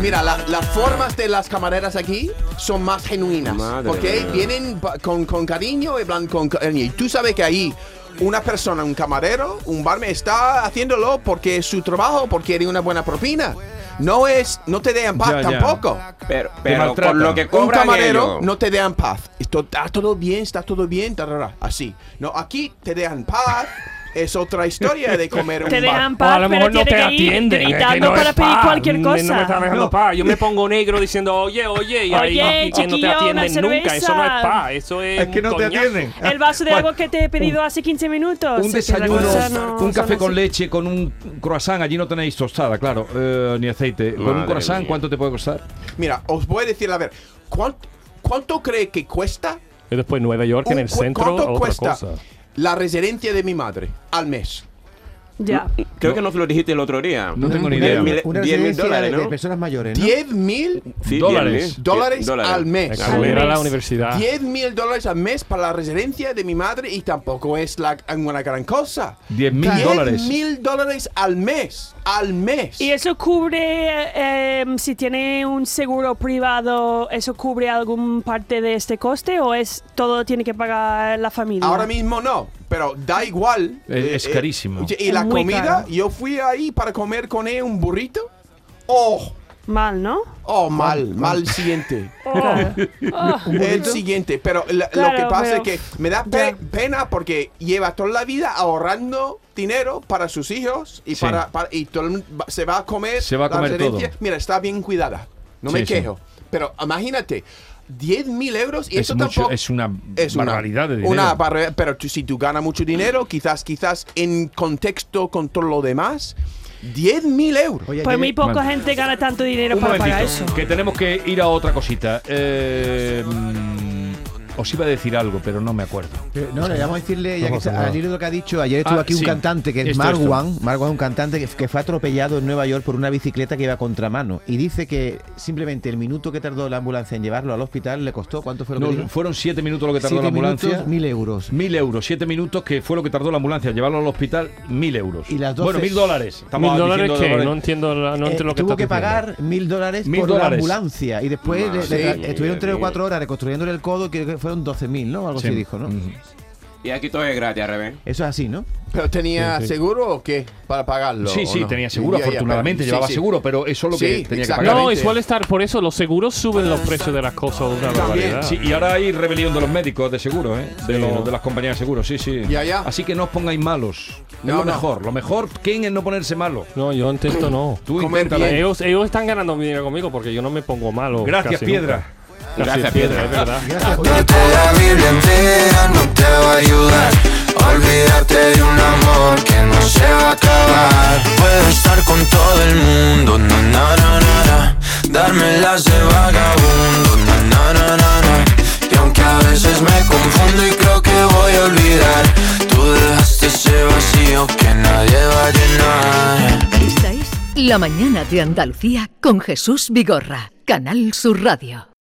[SPEAKER 2] Mira, la- las formas de las camareras aquí son más genuinas.
[SPEAKER 5] Madre
[SPEAKER 2] porque
[SPEAKER 5] mía.
[SPEAKER 2] vienen pa- con, con cariño y plan, con cariño. Y tú sabes que ahí. Una persona, un camarero, un barman está haciéndolo porque es su trabajo, porque quiere una buena propina. No es, no te dejan paz
[SPEAKER 1] Ya, ya.
[SPEAKER 2] tampoco.
[SPEAKER 5] Pero,
[SPEAKER 1] Te
[SPEAKER 5] pero
[SPEAKER 1] maltratan.
[SPEAKER 5] por lo que
[SPEAKER 2] Un
[SPEAKER 5] cobran
[SPEAKER 2] camarero
[SPEAKER 5] ellos.
[SPEAKER 2] no te dejan paz. Esto, está todo bien, está todo bien, tarara, así. No, aquí te dejan paz. Es otra historia de comer un
[SPEAKER 3] Te
[SPEAKER 2] bar.
[SPEAKER 3] dejan
[SPEAKER 7] O a
[SPEAKER 3] paz,
[SPEAKER 7] lo
[SPEAKER 3] pero
[SPEAKER 7] mejor no
[SPEAKER 3] tiene
[SPEAKER 7] te
[SPEAKER 3] que ir
[SPEAKER 7] atienden. es que
[SPEAKER 3] gritando
[SPEAKER 7] no
[SPEAKER 3] para
[SPEAKER 7] es
[SPEAKER 3] pedir
[SPEAKER 7] pa,
[SPEAKER 3] cualquier
[SPEAKER 7] No me están
[SPEAKER 3] cosa.
[SPEAKER 7] dejando
[SPEAKER 1] No.
[SPEAKER 7] pa.
[SPEAKER 4] Yo me pongo negro diciendo, oye, oye, y ahí
[SPEAKER 3] Oye,
[SPEAKER 4] y que no te
[SPEAKER 3] chiquillo, una
[SPEAKER 4] atienden nunca. Eso no es
[SPEAKER 3] cerveza.
[SPEAKER 4] pa, eso es.
[SPEAKER 1] Es que
[SPEAKER 4] un
[SPEAKER 1] no te
[SPEAKER 4] coñazo.
[SPEAKER 1] atienden.
[SPEAKER 3] El vaso de
[SPEAKER 1] Bueno,
[SPEAKER 3] agua que te he pedido hace 15
[SPEAKER 1] Un
[SPEAKER 3] minutos. es que la
[SPEAKER 1] desayuno,
[SPEAKER 3] cosa no-
[SPEAKER 1] un café
[SPEAKER 3] son
[SPEAKER 1] con
[SPEAKER 3] así.
[SPEAKER 1] leche, con un croissant. Allí no tenéis tostada, claro, eh, ni aceite. con un
[SPEAKER 5] Madre
[SPEAKER 1] croissant,
[SPEAKER 5] mía.
[SPEAKER 1] ¿cuánto te puede costar?
[SPEAKER 2] Mira, os voy a decir, a ver, ¿cuán- ¿cuánto, cree que cuesta?
[SPEAKER 7] Y después Nueva York en
[SPEAKER 2] un-
[SPEAKER 7] el
[SPEAKER 2] cu-
[SPEAKER 7] centro,
[SPEAKER 2] ¿Cuánto
[SPEAKER 7] otra
[SPEAKER 2] cuesta
[SPEAKER 7] cosa.
[SPEAKER 2] la residencia de mi madre al mes?
[SPEAKER 3] Ya.
[SPEAKER 5] Creo que no se lo dijiste el otro día.
[SPEAKER 1] No tengo ni
[SPEAKER 6] Una-
[SPEAKER 1] idea.
[SPEAKER 5] Mil-
[SPEAKER 6] Una
[SPEAKER 5] 10.000
[SPEAKER 6] residencia
[SPEAKER 5] dólares,
[SPEAKER 6] de- de
[SPEAKER 5] ¿no?
[SPEAKER 6] personas mayores, ¿no?
[SPEAKER 2] ¿10 mil
[SPEAKER 5] Sí,
[SPEAKER 1] Dólares.
[SPEAKER 5] 10.000.
[SPEAKER 2] dólares
[SPEAKER 5] 10 dólares.
[SPEAKER 2] al mes?
[SPEAKER 7] Acabo de ir a la
[SPEAKER 4] Ah.
[SPEAKER 7] universidad.
[SPEAKER 2] 10 mil dólares al mes para la residencia de mi madre y tampoco es la, una gran cosa.
[SPEAKER 1] 10 mil
[SPEAKER 2] 10
[SPEAKER 1] dólares.
[SPEAKER 2] mil dólares al mes. Al mes.
[SPEAKER 3] ¿Y eso cubre, eh, em, si tiene un seguro privado, eso cubre algún parte de este coste o es todo tiene que pagar la familia?
[SPEAKER 2] Ahora mismo no, pero da igual.
[SPEAKER 1] Eh, es carísimo.
[SPEAKER 2] Y
[SPEAKER 3] Es
[SPEAKER 2] la
[SPEAKER 3] muy
[SPEAKER 2] comida,
[SPEAKER 3] caro.
[SPEAKER 2] yo fui ahí para comer con él un burrito. Oh,
[SPEAKER 3] Mal, ¿no?
[SPEAKER 2] oh, mal, mal siguiente.
[SPEAKER 3] Claro.
[SPEAKER 2] El siguiente, pero la- lo
[SPEAKER 3] Claro,
[SPEAKER 2] que pasa
[SPEAKER 3] pero-
[SPEAKER 2] es que me da pe-
[SPEAKER 3] Ya.
[SPEAKER 2] pena porque lleva toda la vida ahorrando dinero para sus hijos y
[SPEAKER 1] Sí.
[SPEAKER 2] para, para- y todo el mundo va- se va a comer
[SPEAKER 1] Se va a
[SPEAKER 2] la
[SPEAKER 1] comer
[SPEAKER 2] herencia.
[SPEAKER 1] todo.
[SPEAKER 2] Mira, está bien cuidada. No
[SPEAKER 1] Sí,
[SPEAKER 2] me
[SPEAKER 1] sí.
[SPEAKER 2] quejo. Pero imagínate, 10 mil euros y
[SPEAKER 1] Es,
[SPEAKER 2] eso
[SPEAKER 1] mucho,
[SPEAKER 2] tampoco
[SPEAKER 1] es una
[SPEAKER 2] es una-
[SPEAKER 1] barbaridad de dinero.
[SPEAKER 2] Una barbaridad, pero tú- si tú ganas mucho dinero, quizás, quizás en contexto con todo lo demás, 10 mil euros.
[SPEAKER 6] Oye,
[SPEAKER 3] Pues
[SPEAKER 6] ayer-
[SPEAKER 3] muy poca
[SPEAKER 1] Vale.
[SPEAKER 3] gente gana tanto dinero
[SPEAKER 1] Un
[SPEAKER 3] para pagar eso.
[SPEAKER 1] momentito, que tenemos que ir a otra cosita. Eh, mm, os iba a decir algo, pero no me acuerdo.
[SPEAKER 6] Eh, No, le vamos a decirle, ya que se- al hilo de lo que ha dicho, ayer estuvo
[SPEAKER 1] Ah,
[SPEAKER 6] aquí un
[SPEAKER 1] sí.
[SPEAKER 6] cantante que es
[SPEAKER 1] Esto,
[SPEAKER 6] Marwan, Marwan, un cantante que, que fue atropellado en Nueva York por una bicicleta que iba a contramano. Y dice que simplemente el minuto que tardó la ambulancia en llevarlo al hospital le costó, ¿cuánto fue lo
[SPEAKER 1] No,
[SPEAKER 6] que dijo?
[SPEAKER 1] fueron siete minutos lo que tardó
[SPEAKER 6] Siete
[SPEAKER 1] la ambulancia.
[SPEAKER 6] minutos, mil euros.
[SPEAKER 1] Mil euros, siete minutos, que fue lo que tardó la ambulancia en llevarlo al hospital, mil euros.
[SPEAKER 6] Y las doce-
[SPEAKER 1] Bueno, mil dólares. Estamos
[SPEAKER 7] ¿Mil dólares
[SPEAKER 1] diciendo
[SPEAKER 7] qué?
[SPEAKER 1] dólares.
[SPEAKER 7] No entiendo, la- no
[SPEAKER 6] Eh,
[SPEAKER 7] entiendo lo que
[SPEAKER 6] tuvo
[SPEAKER 7] estás
[SPEAKER 6] que
[SPEAKER 7] diciendo.
[SPEAKER 6] pagar mil dólares
[SPEAKER 1] Mil
[SPEAKER 6] por
[SPEAKER 1] dólares.
[SPEAKER 6] la ambulancia y después le-
[SPEAKER 5] Madre
[SPEAKER 6] le-
[SPEAKER 5] mía,
[SPEAKER 6] estuvieron tres o
[SPEAKER 5] mía.
[SPEAKER 6] cuatro horas reconstruyéndole el codo creo que fueron 12.000, ¿no? Algo
[SPEAKER 1] Sí.
[SPEAKER 6] así dijo, ¿no?
[SPEAKER 1] Mm.
[SPEAKER 5] Y aquí todo es gratis, al revés.
[SPEAKER 6] Eso es así, ¿no?
[SPEAKER 2] ¿Pero tenía seguro o qué? Para pagarlo.
[SPEAKER 1] Sí,
[SPEAKER 2] ¿o
[SPEAKER 1] sí,
[SPEAKER 2] no?
[SPEAKER 1] tenía seguro,
[SPEAKER 2] Ya, ya,
[SPEAKER 1] afortunadamente,
[SPEAKER 2] pero-
[SPEAKER 1] llevaba
[SPEAKER 2] sí, sí.
[SPEAKER 1] seguro, pero eso es lo que
[SPEAKER 2] Sí,
[SPEAKER 1] tenía que
[SPEAKER 2] exacto.
[SPEAKER 1] pagar.
[SPEAKER 7] No, y
[SPEAKER 2] Exactamente.
[SPEAKER 7] suele estar por eso. Los seguros suben los precios de las cosas de una
[SPEAKER 2] También,
[SPEAKER 7] barbaridad.
[SPEAKER 1] Sí, y ahora hay rebelión de los médicos de seguro, ¿eh? de, los-
[SPEAKER 7] ¿no?
[SPEAKER 1] de las compañías de seguro, sí, sí.
[SPEAKER 2] Ya, ya.
[SPEAKER 1] Así que no os pongáis malos. es
[SPEAKER 2] No,
[SPEAKER 1] lo
[SPEAKER 2] no.
[SPEAKER 1] mejor. Lo mejor, ¿quién es no ponerse malo?
[SPEAKER 7] No, yo intento no.
[SPEAKER 1] Tú
[SPEAKER 2] Comer
[SPEAKER 1] inténtalo.
[SPEAKER 2] bien.
[SPEAKER 7] Ellos, ellos están ganando dinero conmigo porque yo no me pongo malo.
[SPEAKER 1] Gracias,
[SPEAKER 7] casi
[SPEAKER 1] piedra.
[SPEAKER 7] nunca.
[SPEAKER 5] Gracias,
[SPEAKER 7] Gracias,
[SPEAKER 5] piedra.
[SPEAKER 7] piedra, es verdad.
[SPEAKER 8] Leerte la Biblia entera no te va a ayudar. Olvidarte de un amor que no se va a acabar. Puedo estar con todo el mundo, na na na na na. Dármelas de vagabundo, na na na na na. Y aunque a veces me confundo y creo que voy a olvidar, tú dejaste ese vacío que nadie va a llenar.
[SPEAKER 9] Esta es La Mañana de Andalucía con Jesús Vigorra, Canal Sur Radio.